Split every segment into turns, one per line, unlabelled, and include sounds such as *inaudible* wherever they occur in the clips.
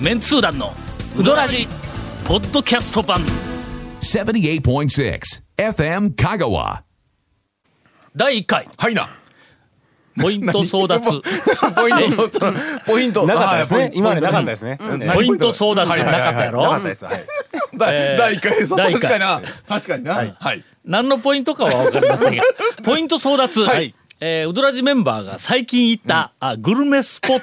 メンツー団のウドラジポッドキャスト版
78.6 FM Kagawa.
第1回
はいな。
ポイント争奪
ポイント、そのポイント。
なかったです
あ
ね
ー。
今までなかったですね。
ポイント
ポイント争奪
はいはい
な
はい
か
はい
ったやろ
なかったです。はい。
えー
第第1回、そう
第一
確か
回
にな。確かにな。はい。
何のポイントかは分かりませんがポイント争奪、
はい
えーウドラジメンバーが最近行った、あグルメスポッ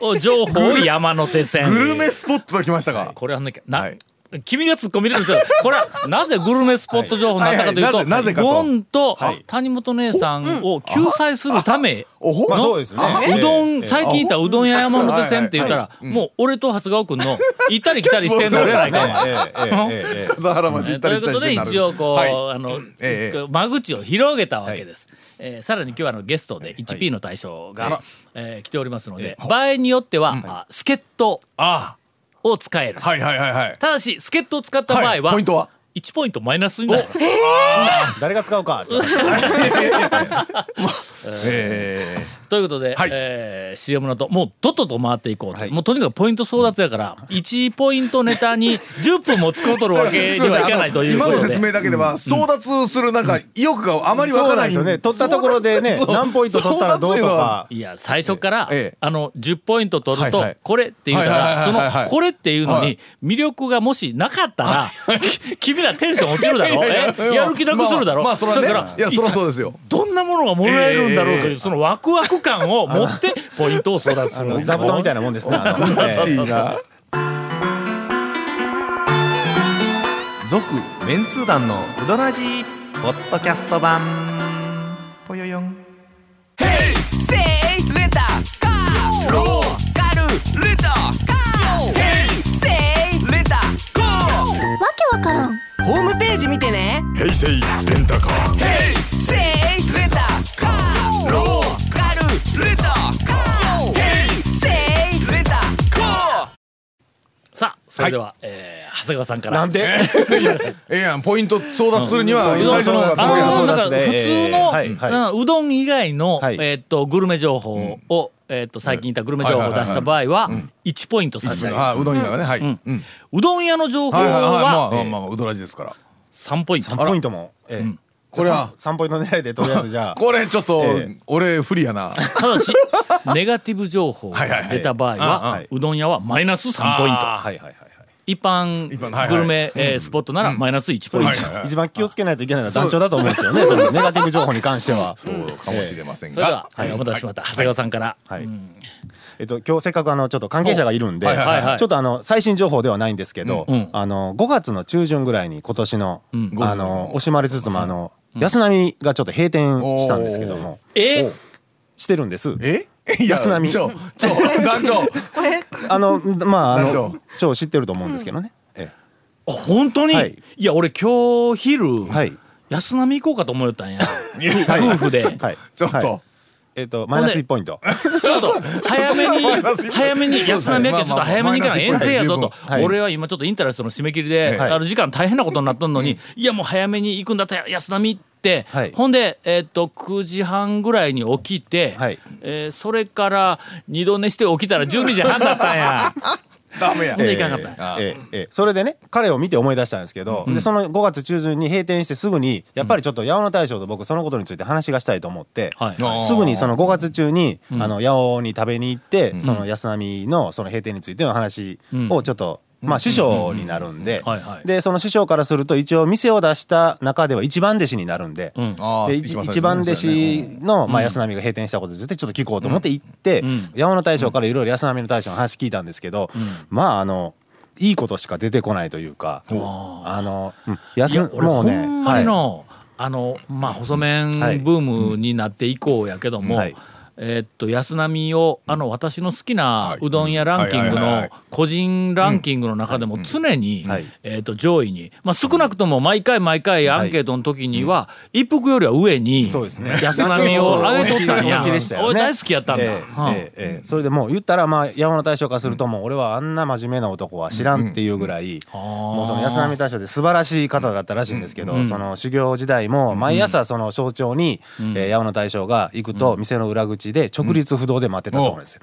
ト情報山手線
グルメスポットが来ましたか。
これはねな、
はい
君が突っ込み入れるんですよこれはなぜグルメスポット情報になったかというと、
はいはいなぜなぜかと
ゴンと
はい
谷本姉さんを救済するため
おほ
まあそうですね。
うどん、
えー
最近行ったうどん屋山手線って言ったら、もう俺と長谷川君
*laughs*
の行ったり来たりしてんの俺らいかんわ。
えーえーえーえーえー
笠原町
えー
行った
とい
り
う
来
こ
た
とで
りしてなる
一応こう、
はい
あの、
ええ
間口を広げたわけです、えーさらに今日はあのゲストで 1P の大将が、
はい
えー来ておりますので、
ええ
場合によっては、あ助っ人
あ
を使える、
あ、はいはいはいはい。
ただし助っ人を使った場合は、
はいポイントは
1ポイントマイナスになる
誰が使うかって。
ええ。
ということで、
はい
えー CM のともうとっとと回っていこうと、
はい
もうとにかくポイント争奪やから、1ポイントネタ
*laughs*
に10分も使うとるわけにはいかないというこ
今の
とで
説明だけでは争奪するなんか意欲があまりわ
そ
から
うな
なんい
ですよね。取ったところでね
争、奪
何ポイント取ったらどうとか。
いや最初から、
ええ
あの10ポイント取ると、
はいはい
これって言うたら、
はいはいはいはいはい
そのこれっていうの
は
に
い
魅力がもしなかったら、き君らテンション落ちるだろ
*laughs* いやいや
えやる気なくするだろ、
まあまあそらね
れから
いやそらそうで
*laughs*
すよ
どんなものがもらえるんだろうという、そのワクワク感を持ってポイントを争奪す
あ
*laughs*
る
の座布団みたいなもんですね。あのえー
いいな続
メンツー団のウドラジーポッドキャスト版ぽよよん
せいレンタカーローカルレンタカーヘイセイレンタカー
わけわからん
ホームページ見てね
平成レンタカー
ヘイセイレンタカーローカルレンタカーヘイセイレンタカー
さあそれでは、えー長谷川さんから
なんで
ええやんポイント争奪するには
う
最
どん
初の方
あ
が得意
の
そう
なん
な
か
んです
普
ね
通
え
の、
ーはいはい
なんかうどん以外の、
はい
えーっとグルメ情報を、えーっと最近いたグルメ情報を出した場合は1ポイント差し上げま
ああうどん屋がねはいうん
すうどん屋の情報
はいはいはいまあ
は
まあまあうどらじですから
3ポイント
三ポイントも。えー
これは
三ポイント狙いでとりあえずじゃあ。
これちょっと
え
俺不利やな
ただしネガティブ情報が出た場合
はいはい
は
はいう
どん屋はマイナス3ポイント
あはいはいはいはい。
一般
一般はいはい
グルメえースポットならマイナス1ポイント
はいはい
一番気をつけないといけないのは団長だと思うんですけどね。そのネガティブ情報に関しては。
そうかもしれません
それでは
が
えーお待たせしました長谷川さんから
はい。えっと今日せっかくあのちょっと関係者がいるんで、
はいはい
はい
ちょっとあの最新情報ではないんですけど、
ん
あの5月の中旬ぐらいに今年の、あの惜しまれつつもあの、安波がちょっと閉店したんですけども、
え
してるんです。
えいや
安波
ちょちょ団長
あのまああ
団
の
長
超知ってると思うんですけどね。え
あ本当に
はい
いや俺今日昼
えはい
安波行こうかと思ったんや
はい
夫婦で
*laughs* はい
ちょっ
はい
と
えっとマイナス1ポイント。
ちょっと早めに早めに安波駅ちょっと早めに行かない遠征やぞと
はい
俺は今ちょっとインタレストの締め切りで
はい
あの時間大変なことになっとんのにいやもう早めに行くんだったら安波って
はい
ほんでえっと9時半ぐらいに起きて
はい
えーそれから二度寝して起きたら12時半だったんや
ダメや
ほんで行かなかったんや
ええええそれでね彼を見て思い出したんですけど、でその5月中旬に閉店してすぐにやっぱりちょっと八尾の大将と僕そのことについて話がしたいと思って、
はい
あー
すぐにその5月中に、あの八尾に食べに行って、その安波のその閉店についての話をちょっと、まあ師匠になるんで、
うんはいはい
でその師匠からすると一応店を出した中では一番弟子になるんで。
ん
あー
で
一
一
番
一番弟子の、まあ、安波が閉店したことについてちょっと聞こうと思って行って、山本大将からいろいろ安波の大将の話聞いたんですけど、まああのいいことしか出てこないというか、あの、うん、
い
安
や俺
も
ほ
うね
んまに
はい
の、あのまあ細麺ブームになって以降やけども、
はい
えーっと安波をあの私の好きな
はいう
どん屋ランキング
はいはいはいは
の
い
個人ランキングの中でも常に、
はい
えーっと上位に、まあ、少なくとも毎回毎回アンケートの時には、一服よりは上に
そうですね
安
*laughs*
波を上げとったんや
お好きでしたよね
俺大好きやったんだ、
ええ
うん
ええええそれでもう言ったらまあ山の大将からするともう俺はあんな真面目な男は知らんっていうぐらいもうその安波大将って素晴らしい方だったらしいんですけどその修行時代も毎朝その象徴にえー山の大将が行くと店の裏口で直立不動で待ってたそうなんですよ。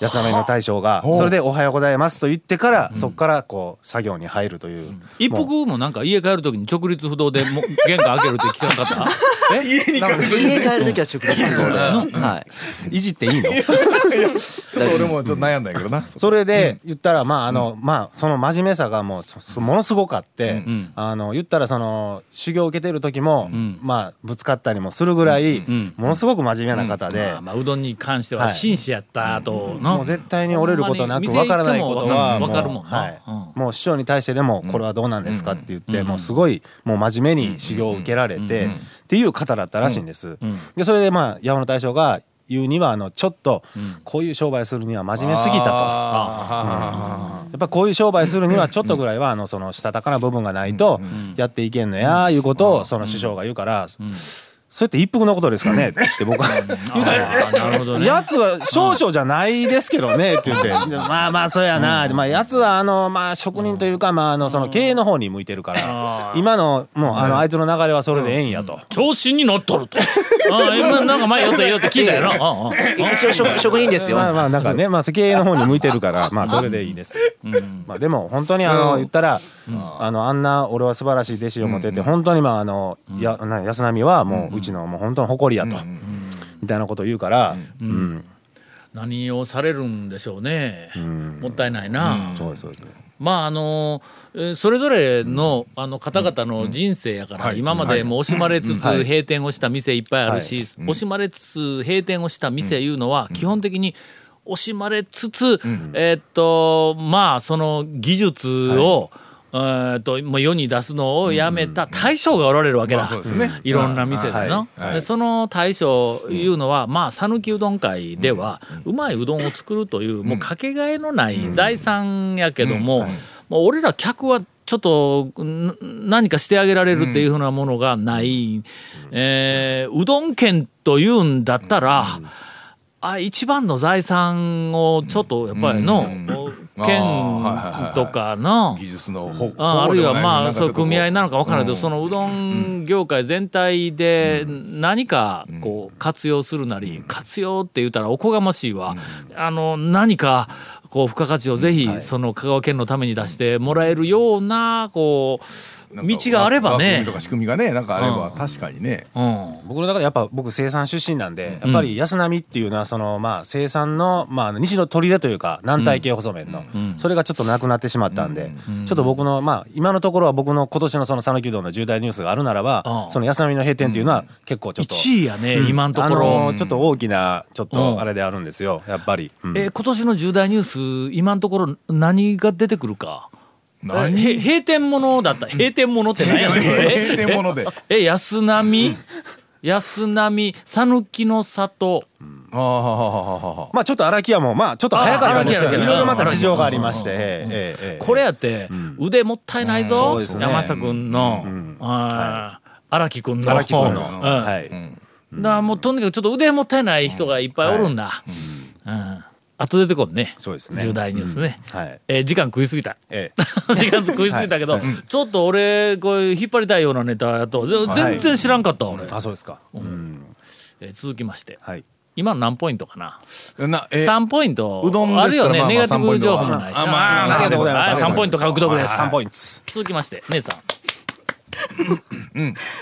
安波の大将が
ほう
それで「おはようございます」と言ってからそこからこう作業に入るという
一
もう
服もなんか家帰る時に直立不動でも玄関開けるって聞かなかった *laughs*
*laughs*
え
家に帰るといい
家
ね
帰るときは直立不動で、はい、
いじっていいの
ちょっと俺もちょっと悩んだんやけどな
それで言ったらまああのまあその真面目さがもうそそものすごかって
ん
あの言ったらその修行を受けてる時も
ん
まあぶつかったりもするぐらい
ん
ものすごく真面目な方で
まあ、まあうどんに関しては
はい
紳士やったとの、
もう絶対に折れることなく分からないことは
分
も
かるも
うん
な、
はい
うん
もう師匠に対してでもこれはどうなんですかって言って
うん
もうすごいもう真面目に修行を受けられてっていう方だったらしいんです。でそれでまあ山野大将が言うにはあのちょっとこういう商売するには真面目すぎたと。
あ
やっぱこういう商売するにはちょっとぐらいはあのそのしたたかな部分がないとやっていけんのやいうことをその師匠が言うからそれって一服のことですかねって僕は *laughs* 言うたら
あーなるほどね
やつは少々じゃないですけどねって言ってまあまあそうやな、まあやつはあのまあ職人というかまああのその経営の方に向いてるから今のもうあのあいつの流れはそれでええんやと。
調子に乗っと
*laughs*
るとあー今なんか前よってよって聞いたよなうんうん
一応職職人ですよ
まあまあなんかね、まあ経営の方に向いてるから、まあそれでいいです。まあでも本当にあの言ったら、あのあんな俺は素晴らしい弟子を持ってて、本当にまああのやな安波はもううちのもう本当の誇りやとみたいなことを言うから、うん、
何をされるんでしょうね、もったいないな、
そうですそうです。
まああのえーそれぞれの,、あの方々の人生やから、今までもう惜しまれつつ閉店をした店いっぱいあるし、惜しまれつつ閉店をした店いうのは基本的に惜しまれつつ、えーっとまあその技術を、えーっともう世に出すのをやめた大将がおられるわけだ、
そうですね
いろんな店で
はい
な、
はい
でその大将いうのは、まあ讃岐うどん会では、うまいうどんを作るという、もうかけがえのない財産やけども、もう俺ら客はちょっとん何かしてあげられるっていうふうなものがない、うえーうどん県というんだったら、あ一番の財産をちょっとやっぱりの、
あーはいはいは
県
い
とかの。
技術の方
ああるいはまあそう組合なのか分からないけど、
うん
そのうどん業界全体で何かこう活用するなり、活用って言ったらおこがましいわ、あの何かこう付加価値をぜひその香川県のために出してもらえるようなこう道があればね
と。か仕組みがねなんかあれば確かにね
うん
僕の中でやっぱ僕生産出身なんでやっぱり安波っていうのはそのまあ生産のまああの西の砦というか南体系細麺のそれがちょっとなくなってしまったんでちょっと僕のまあ今のところは僕の今年のその讃岐うどんの重大ニュースがあるなら
あ
ば
あ
その安波の閉店っていうのは結構ちょっと
1位やね、今のところ、
あのーちょっと大きなちょっ
うん
とあれであるんですよやっぱり、うん
えー今年の重大ニュース今のところ何が出てくるかへ閉店ものだった閉店ものって何やねんそれ
閉店もので
え安波安波讃岐の里
ああ
まあちょっと荒木屋もまあちょっと早かったんですけ
あ
ど
荒木
い
屋
ろいろまた事情がありましてええええ
これやって腕もったいないぞ、
そうですね
山下君の、あー荒木君の
荒木君の、
うん
はい、
だからもうとにかくちょっと腕もったいない人がいっぱいおるんだ、うんあと出てこんね
そうですね
重大ニュースね、
うんはい
えー時間食いすぎた
ええ
時間食いすぎたけど、ちょっと俺こう引っ張りたいようなネタやとで全然知らんかったわ俺、
あそうですか、
えー続きまして
はい
今の何ポイントかな
なえ
3ポイント
うどん
あ
で
る
すか
よ
ら
ねネ
まあまあ
ガティ
3ポイ
ブ
ント
情
は
報もないし
あまあ
な
ありがとうございます
はい3ポイント獲得です
3ポイント
続きまして姉さん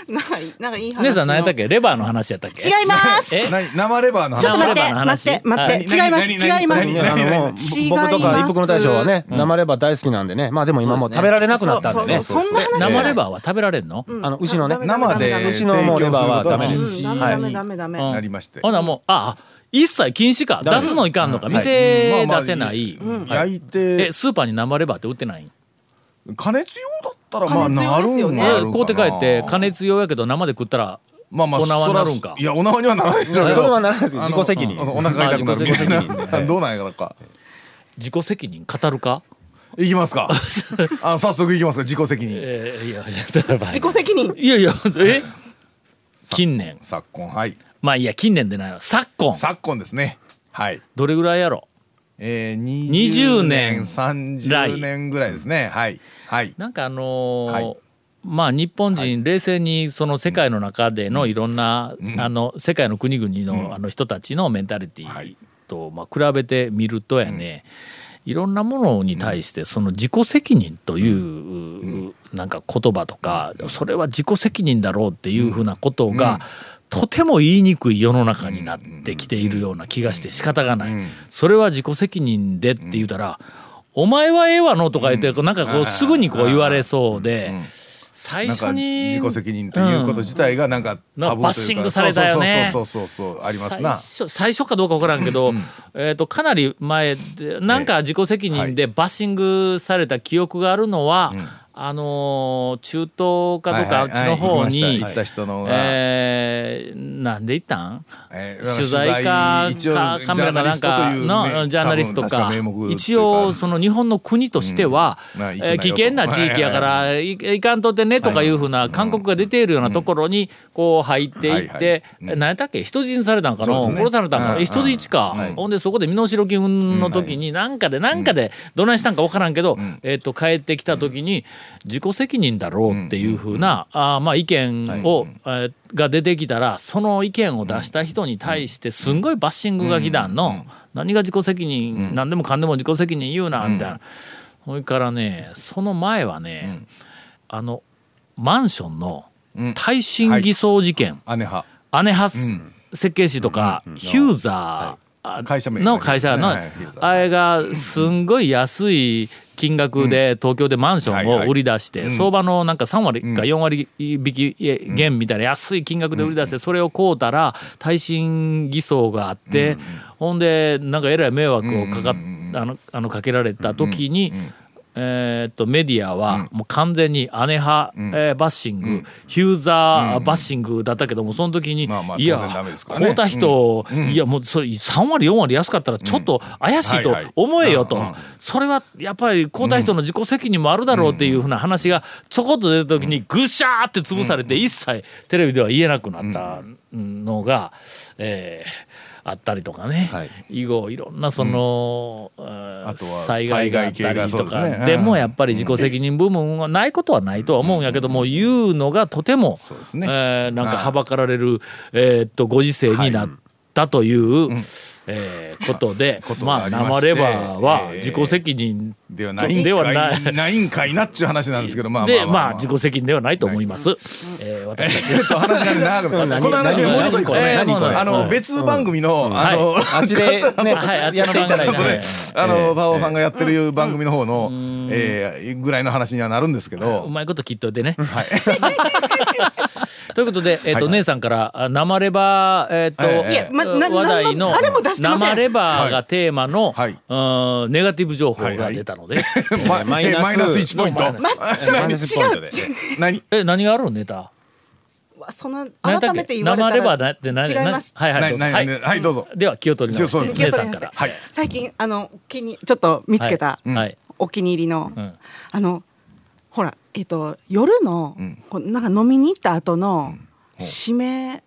なんかいい、なんかいい話の。
姉さん何やったっけレバーの話やったっけ
違います。
え
な生レバーの
ちょっ
話
と待っ
生レバーの話
て、待って、待って、違
はい何何
います、違いま
何
す。
ねあのもう
違い
僕とか
ます
一服の大将はね生レバー大好きなんでねまあでも今もう食べられなくなったんでね
そうそうそんな
え
話
生レバーは食べられんの、
あの牛のね
ダメ
生で
牛のもうレバーはダメで
う
す
ん、
し、
ダメ
は
ダ
い
メダメダメ。
うん
なりまして
ほなもうああ一切禁止か
ダメ
出
です
すのいかんのか、
うん
店
まあまあ
出せない、
焼いて
えスーパーに生レバーって売ってないん
加熱用だったらまあな
加熱用です
る
よ
ん
ね
なるかな
買うて帰って加熱用やけど生で食ったら
まあまあ
お縄に
そら
なるんか
いやお縄にはならないでしょうけど
それはならないですけど
あ
自
の
己責任
あのお腹痛くなるみたい
自己
な *laughs* どうなんやろか
自己責任語るか、
いきますか
*laughs*
あ早速いきますか自己責任
えーいやいやだから
自己責任。
いやいやえ近年
昨今はい
まあいいや近年でないわ昨今
昨今ですねはい
どれぐらいやろ
えー、
20
20
年
年
来
30年ぐらいですねはいはい
なんかあのー
はい
まあ日本人冷静にその世界の中でのいろんな、あの世界の国々のあの人たちのメンタリティ
はい
と、まあ、比べてみるとやね、いろんなものに対してその自己責任という、なんか言葉とかそれは自己責任だろうっていうふうなことが、とても言いにくい世の中になってきているような気がして仕方がない、それは自己責任でって言うたら「お前はええわの」とか言って、なんかこうすぐにこう言われそうで。最
なん
初
か
に
自己責任ということ自体がなんかタブーというか
バッシングされたよね
そうそうそうそうそうあります
最
な
初最初かどうか分からんけど、えー、とかなり前でなんか自己責任でバッシングされた記憶があるのは、あのー中東かどうかあっちの方
はいはいはい
に
行きました行った人のが
えーなんで行ったん
えー
取材か
取材一応
かカメラかなんかのジャーナリスト
多
か
分確名目というか
一応その日本の国としては、
うんまあ行くな
えー
よと
危険な地域やからいいかんとってねとかいうふうな勧告が出ているようなところにこう入っていっ
はいはい
てえ何やったっけ人質にされたんか
そう
の
ですね
殺されたんか
う
の
んうん
人質か
はい
ほんでそこで身代金の時に何かで何かでどないしたんか分からんけどえーと帰ってきた時に自己責任だろうっていうふうなあーまあ意見をえーが出てきたらその意見を出した人に対してすんごいバッシングが来たんの何が自己責任何でもかんでも自己責任言うなみたいなそれからねその前はねあのマンションの耐震偽装事件
姉派
アネハス設計士とか、ヒューザー
会社名
の会社の
はいはいヒューザー
あれがすんごい安い金額で東京でマンションを売り出して相場のなんか3割か4割引き減みたいな安い金額で売り出してそれを買うたら耐震偽装があってほんでなんかえらい迷惑をかかっあのあのかけられた時に。えー、とメディアはもう完全に姉派、えーバッシング、ヒューザーバッシングだったけどもその時に、
まあまあ
いや
当然ダメですからね
買うた人、いやもうそれ3割4割安かったらちょっと怪しいと
はいはい
思えよと、それはやっぱり買うた人の自己責任もあるだろうっていうふうな話がちょこっと出た時にぐしゃーって潰されて一切テレビでは言えなくなったのが、えーあったりとかね、
はい
以後いろんなその、うん
あとは
災害があったりと
災害系がそう
か
で
です
ね
もやっぱり自己責任部分はないことはないとは思うんやけども、言うのがとても、
うですね
えーなんかはばかられる、えーっとご時世になったという、えーことで
こと
ま
が
あ
あり
生
まして
レバーは
えー
自己責任
ではないん
ではな *laughs*
か
い
いないんかいなっちゅう話なんですけどまあま
で
あ
まあ自己責任ではないと思います。えー私たち
ちょっと話が長くなるこの話もうちょっといいですかね
えーもう
あ
は
の
い
別番組のあの
あっちでね、
はいあっちの
やっていただい
ちょっと
は
て
い
ね。あの田尾さんがやってる番組の方のえーぐらいの話にはなるんですけ
う
ど
まいこと切っといてね。 *laughs*
*laughs*
ということで、えっ、と、姉さんから、あ生レバー、えっ、と、
ええ
いやまな
話題の
なあれも出してません
生レバーがテーマの、
はい
うんネガティブ情報が出たので、
*laughs* ま
マイナス
えーマイナス1ポイント
ま
ちょ
マイナスポイントで
違う違
何
え何があるのネタ？
うわその
何やったっ
改
け
めて言われたら
生レバーだって何？
違います
何はいはいど
何
うぞは
何
い。
何はいどうぞ
では気を取り直
そう
し
です
て姉さんから。
はい
最近あの気にちょっと見つけた、
はい。はい
お気に入りの、
うん
あのほらえっ、と夜の、こうなんか飲みに行った後の、締め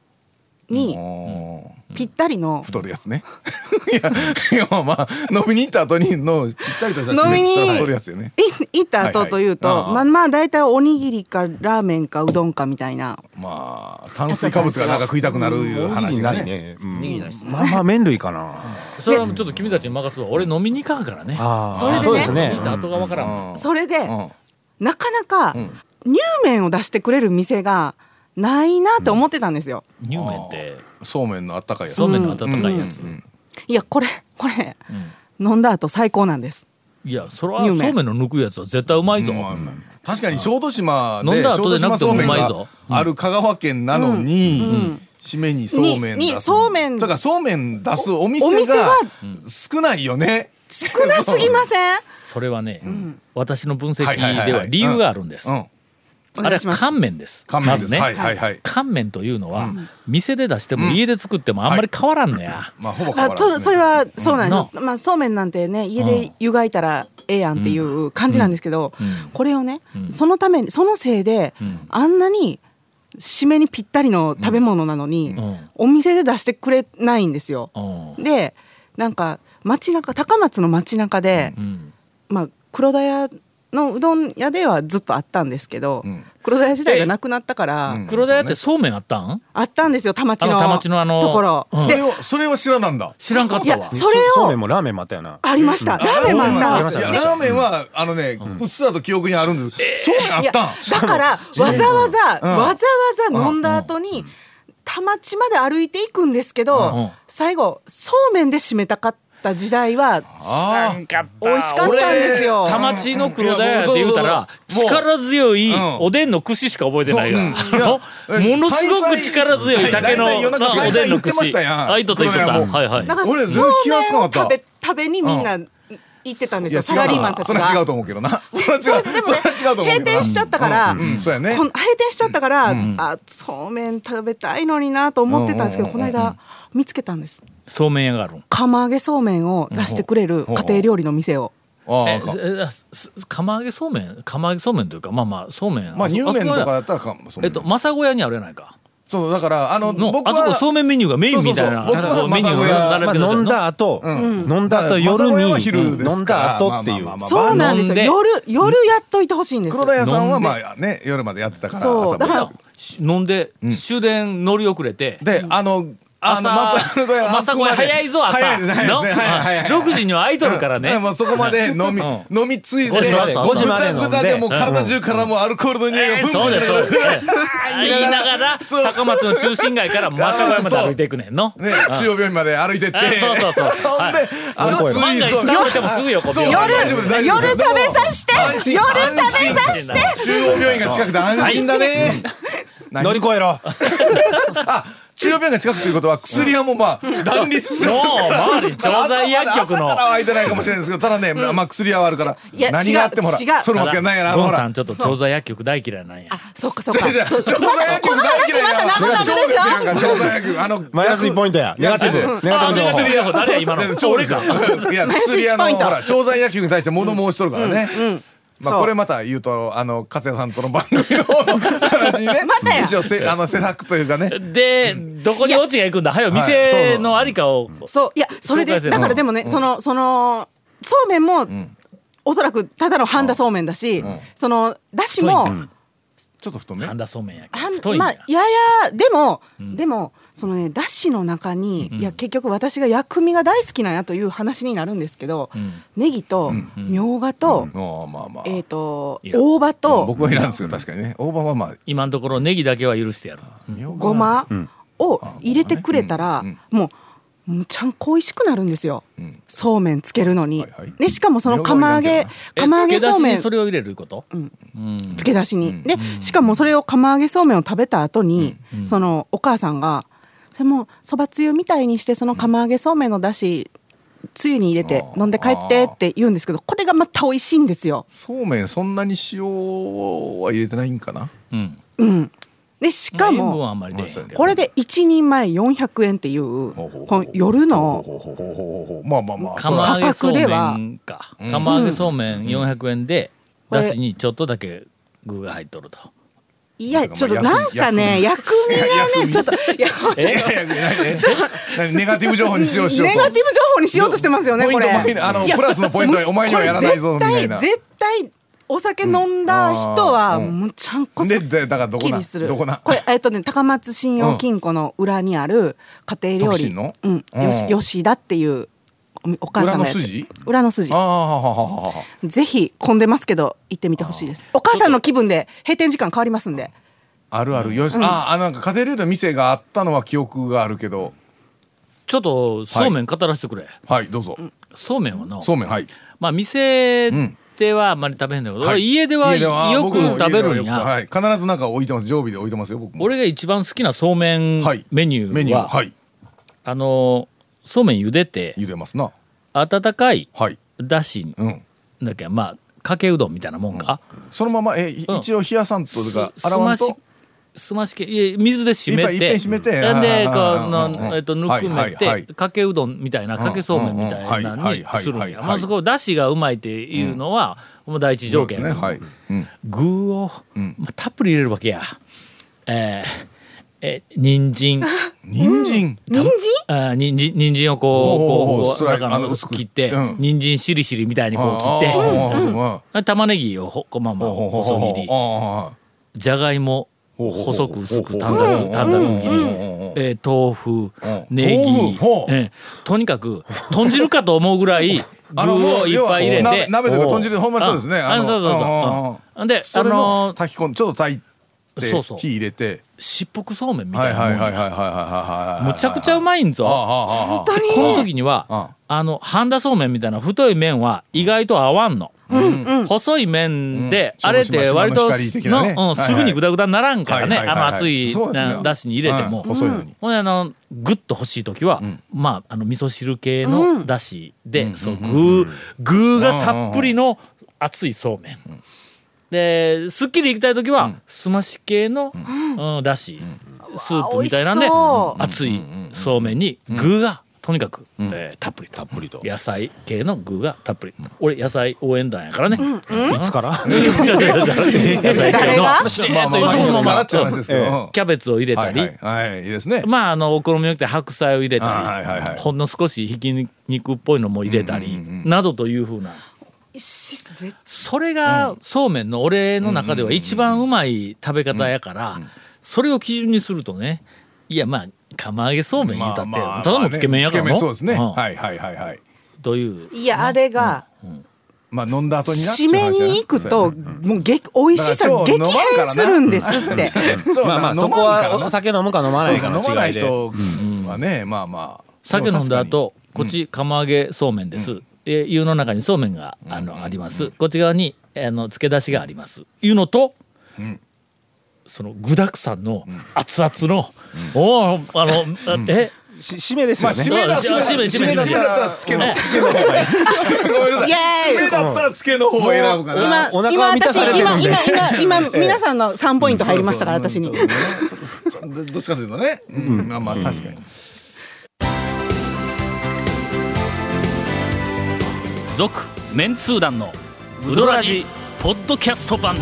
に
おー
ぴったりの、
太るやつね *laughs* いやいやまあ飲みに行った後にのぴったりとした締
飲
め
みに
したら太るやつよね
い行った後というと、
はいはいああ
まあまあ大体おにぎりかラーメンかうどんかみたいな
まあ炭水化物がなんか食いたくなるいう話がね
ね。うんまあまあ麺類かな。
それはちょっと君たちに任すわ。俺飲みに行かんからね。
あ
それで
あ、
ね
そうですね
聞い。た後がわからん。
それで、
ん
なかなか、乳麺を出してくれる店がないなって思ってたんですよ、
乳麺って
そうめんのあったかいやつ
そうめんの温かいやつ。
いやこれこれ、飲んだ後最高なんです
いやそれは
乳
そう
麺
めんの抜くやつは絶対うまいぞ。
確かに小豆島で
飲んだ後
小豆
でな
島
くて
そ
も
うめ
うんまいぞ
がある香川県なのに、締めにそうめん出す
ににそうめん
だからそうめん出すお
お
店
店が
が少ないよね
少なすぎません
それはね、私の分析
はいはいはい
では理由があるんです。
*laughs* うん
あれ
お願
はい
します
乾麺です。
乾
ま
麺で
ず
す、
ね、
はいはいはい、
乾麺というのは、店で出しても家で作ってもあんまり変わらんのや。
まあほぼ変わ
あ
らん
とそれはそうなんです
う
よ、まあ、そうめんなんてね家で湯がいたらええやんっていう感じなんですけど、これをね、そのためにそのせいで、あんなに締めにぴったりの食べ物なのに、
ん
お店で出してくれないんですよ。
うん
でなんか街中高松の街中で、まあ、黒田屋のうどん屋ではずっとあったんですけど、黒田屋時代がなくなったから、
うん
黒田屋ってそうめんあったん
あったんですよ田町
あ
の
の田町のあの
ところ、
うん
それをそれを知らなんだ
知らんかっ
い
た
や
わ
それ
そうめ
を
んもラーメンもあったよな
ありました、ラーメンもあ
あ
っ
り
た
ま
ん
し
で
た
す
よ
よ
ね
ね
ラーメンはあのねうっすらと記憶にあるんですそうめんあ
いや
ったん
だからわざわざわざわざ飲んだ後に田町まで歩いていくんですけど、
うん
最後そうめんで締めたかった時代は
あー
美味しかったんですよ。
田町の黒田屋って言うた
いや
ら
そうそうそうもう
力強い
ん
おでんの串しか覚えてないが、
そううん
あの *laughs*
いや
ものすごく力強い竹の
大体夜中
なお
再々
でんの
言ってまし
串
たやん
あいとったいとっ
黒田
た
屋も
はいはい
なんか
俺
そう
全
め
然気がつか
ん
なか
を
っ
食
た
べ食べにみんな行ってたんで
い
すよ、
や
サラリーマンたち
それ
が。
は違うと思うけどなそれは違うそれは
でもね
違うと思うけどな
閉店しちゃったから
うんうんそうやね
こん閉店しちゃったから、あそうめん食べたいのになと思ってたんですけど、
うんうんうんうん
この間見つけたんです
そうめん屋があるん
釜揚げそうめんを出してくれる家庭料理の店を
あ
え
ーか
えすす釜揚げそうめん釜揚げそうめんというかまあまあそうめん
まあ
そ
乳麺とかだ
あそ
っ
こ
たらかもそ
は
う
えっと政子屋にあるやないか
そうだからあの
の
僕
あそこ
は
そうめんメニューがメインみたいな
そうそうそう
こうメニュー
僕
が
は
並
ま
べてる
あ
やつや
飲ん
んな
だ後、
ん
飲んだ後
まあ
夜
まあ
に、
は昼ですから
飲んだ後っていう、
まあまあまあ
そうなんです
飲
よ
んで
夜夜やっといてほしいんです
黒
よ
田屋さんはまあね夜までやってたから
そう
朝まで
だから
し飲んで終電乗り遅れて
であのあの
朝
正子屋
まさこや早いぞ朝
早いです早いですねはいはいはい
6時には空いとるからね
うんもうそこまで飲み、
うん
飲みついて、
五時まで
ぐ
五時
まで
だ
飲んで
ぐだでもう体中からもうアルコールの匂い
え
が
ー
ブン
そう
ブ
で
ン
すそうです
出て *laughs* る。
言いながら
そう
高松の中心街
*laughs*
から真正面まで歩いていくねんの。
ね、中央病院まで歩いてって、
あそうそうそう
ほんで
はい、
あの
俺
スイーツを
万が一倒れてもすぐ横
そう
病
大
院
丈夫です大丈夫
夜
です
食べさせて
安心
夜
安
食
心
べさせて
中央病院が近くて安心だね。乗り越えろ。あ、中央病院が近くということは薬はもうまあ乱立してますから。 *laughs*
もう周り調剤薬局の
朝からは空いてないかもしれないですけど、ただね、まあ薬はあるから
いや
何があってもほら、
違う違う
それわけないやな
ただ
ほ
ゴンさ
ら *laughs*
ん。ちょっと調査薬局大嫌いなんや。
あそっかそっ
ちょ
か
ちょち
そ
ょ
う
調査薬局大嫌いや。
この話またなくなるでしょ
なんか調査薬局あの
マイナス1ポイントやネガティブ
いや
ネガティブ情報
薬屋誰や今の。俺か。
いや薬屋のほら調剤野球に対して物申しとるからね。まあ
そう
これまた言うとあの加瀬さんとの番組の方の話にね
またや
一応せあの施策というかね
でどこにオチが行くんだ。はよ店のありかを。
そういやそれ
紹
で
介せな
だからでもね、そのそのそうめんも、おそらくただの半田そうめんだし、そのだしも、
ちょっと太め
なんだそうめんやけど。
はん
太いん
まあ
や。
ややでも、でもそのねだしの中に、いや結局私が薬味が大好きなんやという話になるんですけど、ネギとみょうがと、
ああまあまあ
えっ、と
いらん
大葉と
僕はいらんですよ確かにね大葉はまあ
今のところネギだけは許してやる。
ごまを入れてくれたら、もう。むちゃんこ美味しくなるんですよ、そうめんつけるのに、
はいはい
でしかもその釜揚げ
え
釜揚
つけ
げ
出
そう
し
め
に
ん
それを入れること。
つけ出しに、でしかもそれを釜揚げそうめんを食べた後に、そのお母さんがそれもそばつゆみたいにしてその釜揚げそうめんのだしつゆに入れて飲んで帰ってって言うんですけどこれがまた美味しいんですよ。
そうめんそんなに塩は入れてないんかな
うん。
でしか
塩分はあ
も
んまり出へんけど
これで1人前400円っていう
ほうほう
この夜の
ほうほうほうほうほうまあまあまあそう
釜
だ
揚げそう
価格では
めんか釜揚げそうめん400円で
これ
だしにちょっとだけ具が入っとると
いやちょっとなんかね薬味がねちょっといやちょっと
いやいや何何何ネガティブ情報にしようしよう
ネ
と
ガティブ情報にしようとしてますよね
ポイ
こ
ン
れ
トマイナあの
いや
プラスのポイントはお前にはやらないぞみたいな
これ絶対絶対お酒飲んだ人は
うん
むちゃんこす
ね
っ
でだからどこ
き
な
りする
どこな
これえっとね高松信用金庫の裏にある家庭料
徳
理
信の
うん
うん
よし吉田っていうおお母さんがやっ
裏
て
の筋
る裏の筋
ああははははは
ぜひ混んでますけど行ってみてほしいですお母さんの気分で閉店時間変わりますんで
あるあるよし、ああなんか家庭料理の店があったのは記憶があるけど
ちょっとそうめん語らせてくれ、
はいどうぞ、
そうめんはの
そうめんはい
まあ店ではあんまり食べへんだけど、
はい
俺家では
家では
よ
僕
く
も
食べるん
家ではよく
や
はい、必ずなんか置いてます常備で置いてますよ僕も
俺が一番好きなそうめん
はい
メニューは、
メニューはい
あのそうめん茹でて
茹でますな
温かい
はい
だし
うん
だっけまあかけうどんみたいなもんか、
そのままえ、い
うん
一応冷やさんというか
す
洗
す
わ
ま
ん
し
と
すましけいや水で締め
いっぱいい
て
っぺん締めて
なんでこ
あーうんうんうん
のえっとぬ
はい
くめ
はいはい
てかけうどんみたいなかけそうめんみたいな
うんうんうん
の
はい
に
はい
するん
はい
や
はい
まずこうだしがうまいっていうのはもう第一条件
そうですねはい、うん
具をまあたっぷり入れるわけやえーえ人
*laughs*
参
人参
人参
あ人参人参をこう
おうおうお
こうこ
うス
う
ライ
中
あ
の
の
薄く
薄く
切って
うん
人参しりしりみたいにこう切ってあ *laughs* 玉ねぎをほこうまあまあ細切りじゃがいも細く薄く短冊短冊切りえー豆腐
ん
ネギ
豆腐ほう
えーとにかく豚汁かと思うぐらい具
*laughs* あのも
を
う
いっぱい入れ
要は
て
な鍋とか豚汁ほんまにそうですね
ああそうそうそううんで
そ
あ
れの
の
炊き込んでちょっと炊いて
そうそう
火入れて
しっぽくそうめんみ
は
た
い
い
はいはいはいは
な
いはいはいはい
もんむちゃくちゃうまいんぞ
ああああああ
本当に
この時には
あ
あの半田そうめんみたいな太い麺は意外と合わんの、細い麺で、
うん
あれで割と
島の光的なね
の、うん、
はいはい
すぐにグダグダにならんからね、
はいはいはい
あの熱い
そうですね
なだしに入れても、
はい細いのに
ほんであのグッと欲しい時は、
ん
まああの味噌汁系のだしで、そう具具がたっぷりの熱いそうめん、ですっきりいきたい時は、すまし系の、うんだし、スープみたいなんで
うわ美
熱いそうめんに具がとにかく、えーたっぷりと野菜系の具がたっぷり俺野菜応援団やからね、*laughs*
いつから
違う違う違う野菜系
誰
の
が
まあまあまあいいですからって話ですけどうん
キャベツを入れた
は
り、
いはいはいいいですね
まああのお好みよくて白菜を入れたり、
あはいはいはい
ほんの少しひき肉っぽいのも入れたり、などというふうな
味しい絶
それがそうめんの俺の中では一番うまい食べ方やからそれを基準にするとねいやまあ釜揚げそうめん言うたって
まあまあ
ただのつけ麺やから
つけ
の
麺そうですね
ん
はいはいはいはい
という
対いやあれが
まあ飲んだ後にな
締めに行くともう激美味しさ
だから
激
今日飲まんから
変
な
するんですって
そう
まあまあそこはお酒飲むか飲ま
そ
な
う
い
そ
か
う
の
飲まな
違
い
いで
人はねまあまあ
酒飲んだ
でも
後こっち釜揚げそうめんです、えー湯の中にそうめんがあのありますこっち側にあの漬け出しがありますいうのと、その具だくさんの熱々の、おーあの、え
し締めですよね
確かにまあ締めだったら
締め締め
締めだったらつけの
え
つけの方がいいごめんなさい
イエーイ
締めだったらつけの方を選ぶかな
今
お腹
今
は満た
私
されてる
今
んで
今今今皆さんの3ポイント入りましたから私に
そうそうねどっちかというとね、うんまあまあ確かに、
続メンツー団のウドラジポッドキャスト版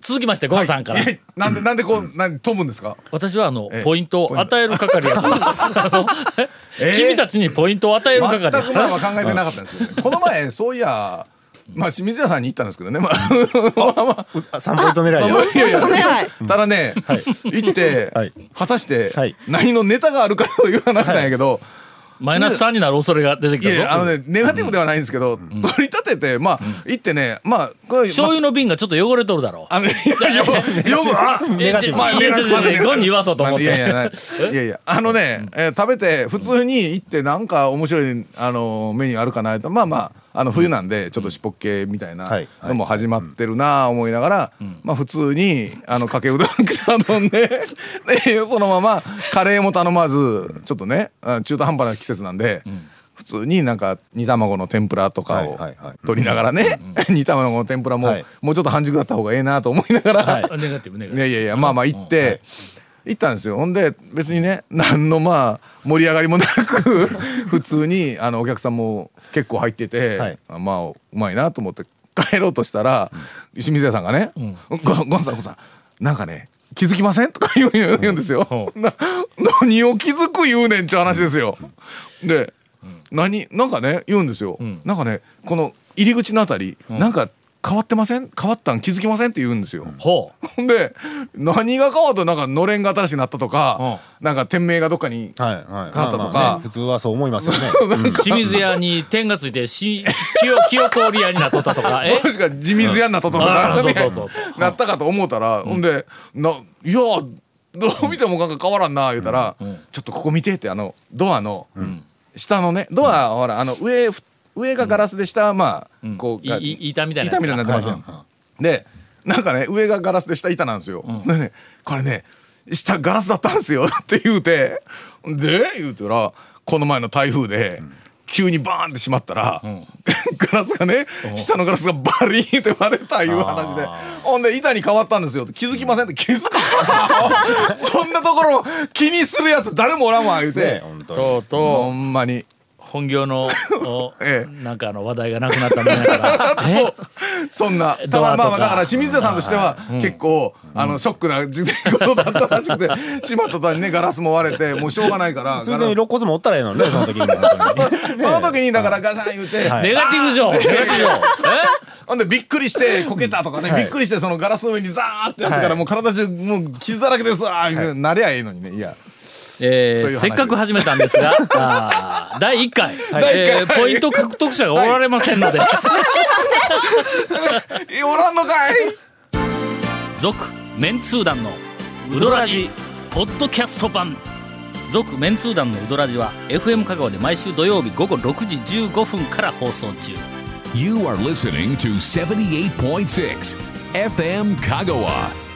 続きましてゴンさんから、
えなんでなんでこうなん飛ぶんですか
私はあの、
ええ
ポイントを与える係やからあの
ええ
君たちにポイントを与える
全く
係
前
や
は考えてなかったんですけど、ね、この前そういやまあ清水屋さんに行ったんですけどねまあまあま
3ポイント狙いで
あいやいや
本当ねはい
ただね、行って、
はい
果たして
はい
何のネタがあるかという話なんやけど、
マイナス3になる恐れが出てき
いやいや
た
あの
ぞ、
ねネガティブではないんですけど、取り立ててまあ、行ってねまあこれ
醤油の瓶がちょっと汚れとるだろ
あの、 *laughs* いや、よ、よく、あ、
ネガティブ
まあネガティブ
いやいやいやゴンに言わそうと思って
いやいやない、いやいや、あのね、えー食べて、普通に行って、なんか面白い、あの、メニューあるかないと、まあまあ、あの、冬なんで、ちょっとしっぽっけみたいな
はい
のも始まってるなあ思いながら、まあ、普通に、あの、かけうどん頼んで、で、そのまま、カレーも頼まず、ちょっとね、あ中途半端な季節なんで、普通になんか煮卵の天ぷらとかを
はいはいはい
取りながらね煮卵の天ぷらも
はい
もうちょっと半熟だった方がええなと思いながら、
うネガティブネガティ
い
ブ
やいやいやまあまあ行って、行ったんですよほんで別にね何のまあ盛り上がりもなく *laughs* 普通にあのお客さんも結構入ってて、
はい
あまあうまいなと思って帰ろうとしたら、清水屋さんがね「ゴンゴンさんゴンさんなんかね気づきません?」と *laughs* か言う言うんですよ。 *laughs* な何を気づく言うねんっちゅう話ですよ。で、何なんかね言うんですよ。なんかねこの入り口のあたり、なんか変わってません変わったん気づきませんって言うんですよ。
ほう
*laughs* ほんで何が変わるとなんかのれんが新しくなったとか、なんか店名がどっかに、
はいはい
カートとか
まあまあね普通はそう思い
*laughs*
ますよね
清水屋に点がついてし清清氷屋になっとったとか
*laughs*
え
もしかしたら地水屋になったと
あ
か、
ー
ね
そうそうそうそ
なったかと思うたら、ほんで「ないやどう見てもなんか変わらんな」言うたら、ちょっとここ見て」ってあのドアの、下のねドア、ほらあの上上がガラスで下はまあ、こうが
いい板みたいな
板みたいになってますよ、でなんかね上がガラスで下板なんですよ、でねこれね下ガラスだったんですよ *laughs* って言うてで言うたらこの前の台風で急にバーンってしまったら、 *laughs* ガラスがね下のガラスがバリーンって割れたいう話でほんで板に変わったんですよって気づきませんって気づく *laughs* かそんなところ気にするやつ誰もおらんわ言うて、
本当に
とうと
ほんまに。
本業の、お
*laughs* え
なんかあの話題がなくなったもんや
*laughs*
からえ
そんな。た
ドアとか
だまあまあ、だから清水屋さんとしては、結構、あの、ショックな事件 *laughs* ことだったらしくて、閉まった途端にね、ガラスも割れて、もうしょうがないから、
つい
ガ
で
ラ
に肋骨もおったらええのにねその時に
*laughs*
本当に
その時に、だからガシャン言うて、
はい
ネガティブ上ネガティブ上
ほんでびっくりしてこけたとかね、
はい
びっくりしてそのガラスの上にザーってやったから、
はい
もう体中もう傷だらけですわーみたいな、なりゃええのにねいや
え
と
ー
いう話です
せっかく始めたんですがあー第1回、
*laughs*
えーポイント獲得者がおられませんので
えおらんのかい
「 *laughs* 続、メンツー団のウドラジポッドキャスト版」「続・メンツー団のウドラジは FM 香川で毎週土曜日午後6時15分から放送中
You are listening to 78.6 FM Kagawa.